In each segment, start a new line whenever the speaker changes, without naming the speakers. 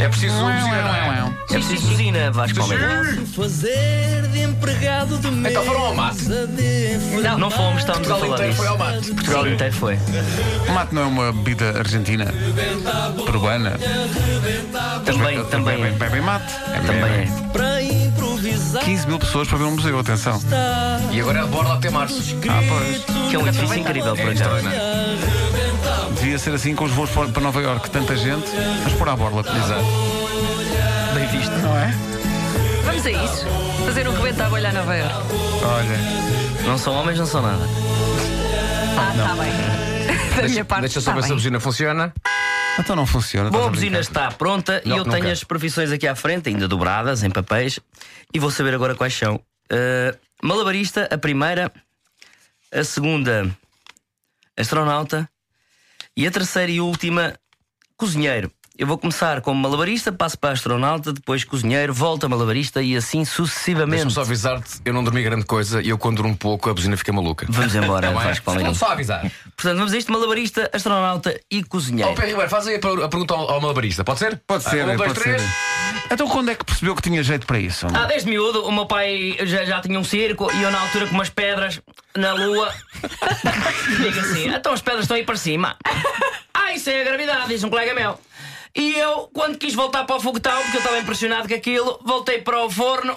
É preciso buzina, não é?
É preciso buzina, Vasco Palmeiras.
Fazer de empregado de mesa
Então foram ao mate.
de enfermeiro.
Não fomos, estávamos a
Portugal
falar
inteiro
disso.
foi ao mate.
Portugal inteiro foi.
Mate não é uma bebida argentina, peruana.
Também,
Bebem-
também
Bebem,
é.
bebem mate.
Também é.
Para improvisar
15 mil pessoas para ver um museu, atenção.
E agora é a borla até março.
Ah, pois.
Que é um edifício incrível, por
É isto,
acaso.
não é?
Devia ser assim com os voos para para Nova Iorque, tanta gente, mas por à borla. Exato.
Bem visto.
Não é?
Vamos a isso. Fazer um rebento a bolha na veia.
Olha,
Não são homens, não são nada.
Ah, está bem. Da minha parte.
Deixa só
tá
ver se a
bem.
buzina funciona.
então não funciona.
Bom,
estás
a buzina
brincar.
está pronta
Não,
e eu
não
tenho
quero.
as profissões aqui à frente, ainda dobradas, em papéis, e vou saber agora quais são. Uh, malabarista, a primeira, a segunda, astronauta, e a terceira e última, cozinheiro. Eu vou começar como malabarista, passo para astronauta, depois cozinheiro, volto a malabarista e assim
Deixa-me
sucessivamente.
só avisar-te, eu não dormi grande coisa e eu quando durmo um pouco a buzina fica maluca.
Vamos embora,
Não é?
Vasco Palmeiras.
Só avisar.
Portanto, vamos a isto: malabarista, astronauta e
Ó
cozinheiro.
Pedro Ribeiro, faz aí a per- a pergunta ao, ao malabarista, pode ser?
Pode
Ah,
ser,
um, dois,
pode
três.
ser. Então quando é que percebeu que tinha jeito para isso?
Ah, desde miúdo, o meu pai já, já tinha um circo e eu, na altura, com umas pedras na lua, digo assim: então as pedras estão aí para cima. Ah, isso é a gravidade, disse um colega meu. E eu, quando quis voltar para o foguetão, porque eu estava impressionado com aquilo, voltei para o forno,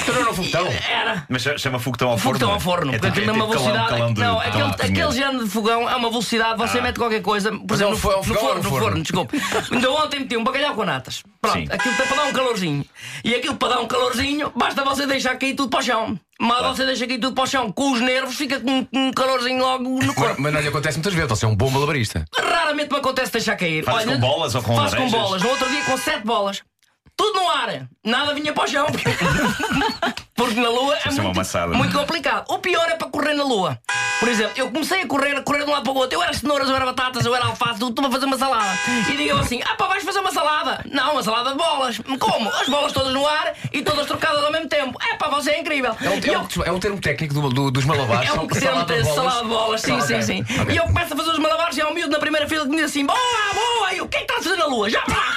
Então não era um foguetão.
era.
Mas cha- chama foguetão ao forno.
Foguetão ao forno, porque aquilo é uma velocidade. não, é? aquele, aquele género de fogão é uma velocidade, você mete qualquer coisa, por
Mas é um
exemplo,
fo-
no,
é um
no
fogão ou
forno,
um
no
forno?
forno, desculpe. Ainda ontem meti um bacalhau com natas. Pronto,
Sim.
aquilo está para dar um calorzinho. E aquilo para dar um calorzinho, basta você deixar cair tudo para o chão. Mas você deixa cair tudo para o chão, com os nervos, fica com com um calorzinho logo no
Mas,
corpo.
mas não lhe acontece muitas vezes, você é um bom malabarista.
Raramente me acontece deixar cair.
Fazes com bolas ou com
Faço com
laranjas?
bolas. No outro dia com sete bolas. Tudo no ar. Nada vinha para o chão. Porque na lua é
ser uma
muito,
amassada.
muito complicado. O pior é para correr na lua. Por exemplo, eu comecei a correr, a correr de um lado para o outro. Eu era cenouras, eu era batatas, eu era alface, tudo, estou a fazer uma salada. E digo assim: ah pá, vais fazer uma salada? Não, uma salada de bolas. Como? As bolas todas no ar e todas trocadas ao mesmo tempo. É pá, você é incrível.
É um,
E
é
eu-
um- é um termo técnico do- do- dos malabares.
é um
são
que sempre tem salada de bolas, sim,
Ah, ok.
sim, sim.
Ok.
E eu começo a fazer os malabares e há um miúdo na primeira fila que me diz assim: boa, boa, e o que é que estás a fazer na lua? Já para lá!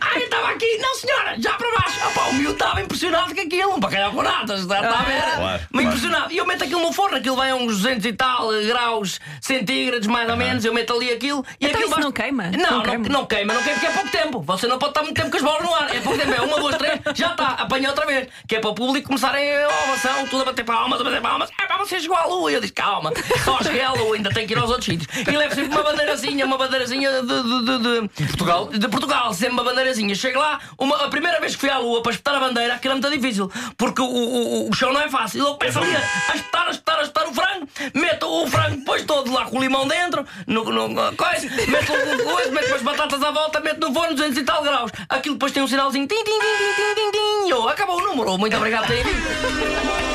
Ah, eu estava aqui, não senhora, já para baixo! Opa, o miúdo estava impressionado com aquilo, um bacalhau com natas, está está a ver?
Ah, Claro,
Mas
claro.
impressionado. E eu meto aquilo no forno, aquilo vai a uns 200 e tal eh, graus centígrados, mais ou menos, eu meto ali aquilo e
Então
aquilo
isso
vai-
não queima?
Não,
Não
não,
queima?
não queima, não queima porque é pouco tempo. Você não pode estar muito tempo com as bolas no ar. É pouco tempo, é uma, duas, três, já está, apanha outra vez. Que é para o público começarem a ovação, tudo a bater palmas, a bater palmas. É para você chegou à lua. Eu disse, calma, só chega à lua, ainda tem que ir aos outros sítios. E levo sempre uma bandeirazinha, uma bandeirazinha de. de, de, de-
Portugal?
De Portugal, sempre uma bandeirazinha. Chego lá, uma- a primeira vez que fui à lua para espetar a bandeira, aquilo é muito difícil, porque o, o, o- o chão não é fácil. E logo penso ali a espetar, a espetar, a espetar o frango, meto o frango depois todo lá com o limão dentro, no, no, no- coisa, meto o coisa, meto as batatas à volta, meto no forno 200 e tal graus. Aquilo depois tem um sinalzinho, tim, tim, tim, tim, tim, tim, tim, e eu, acabou o número, muito obrigado por terem vindo.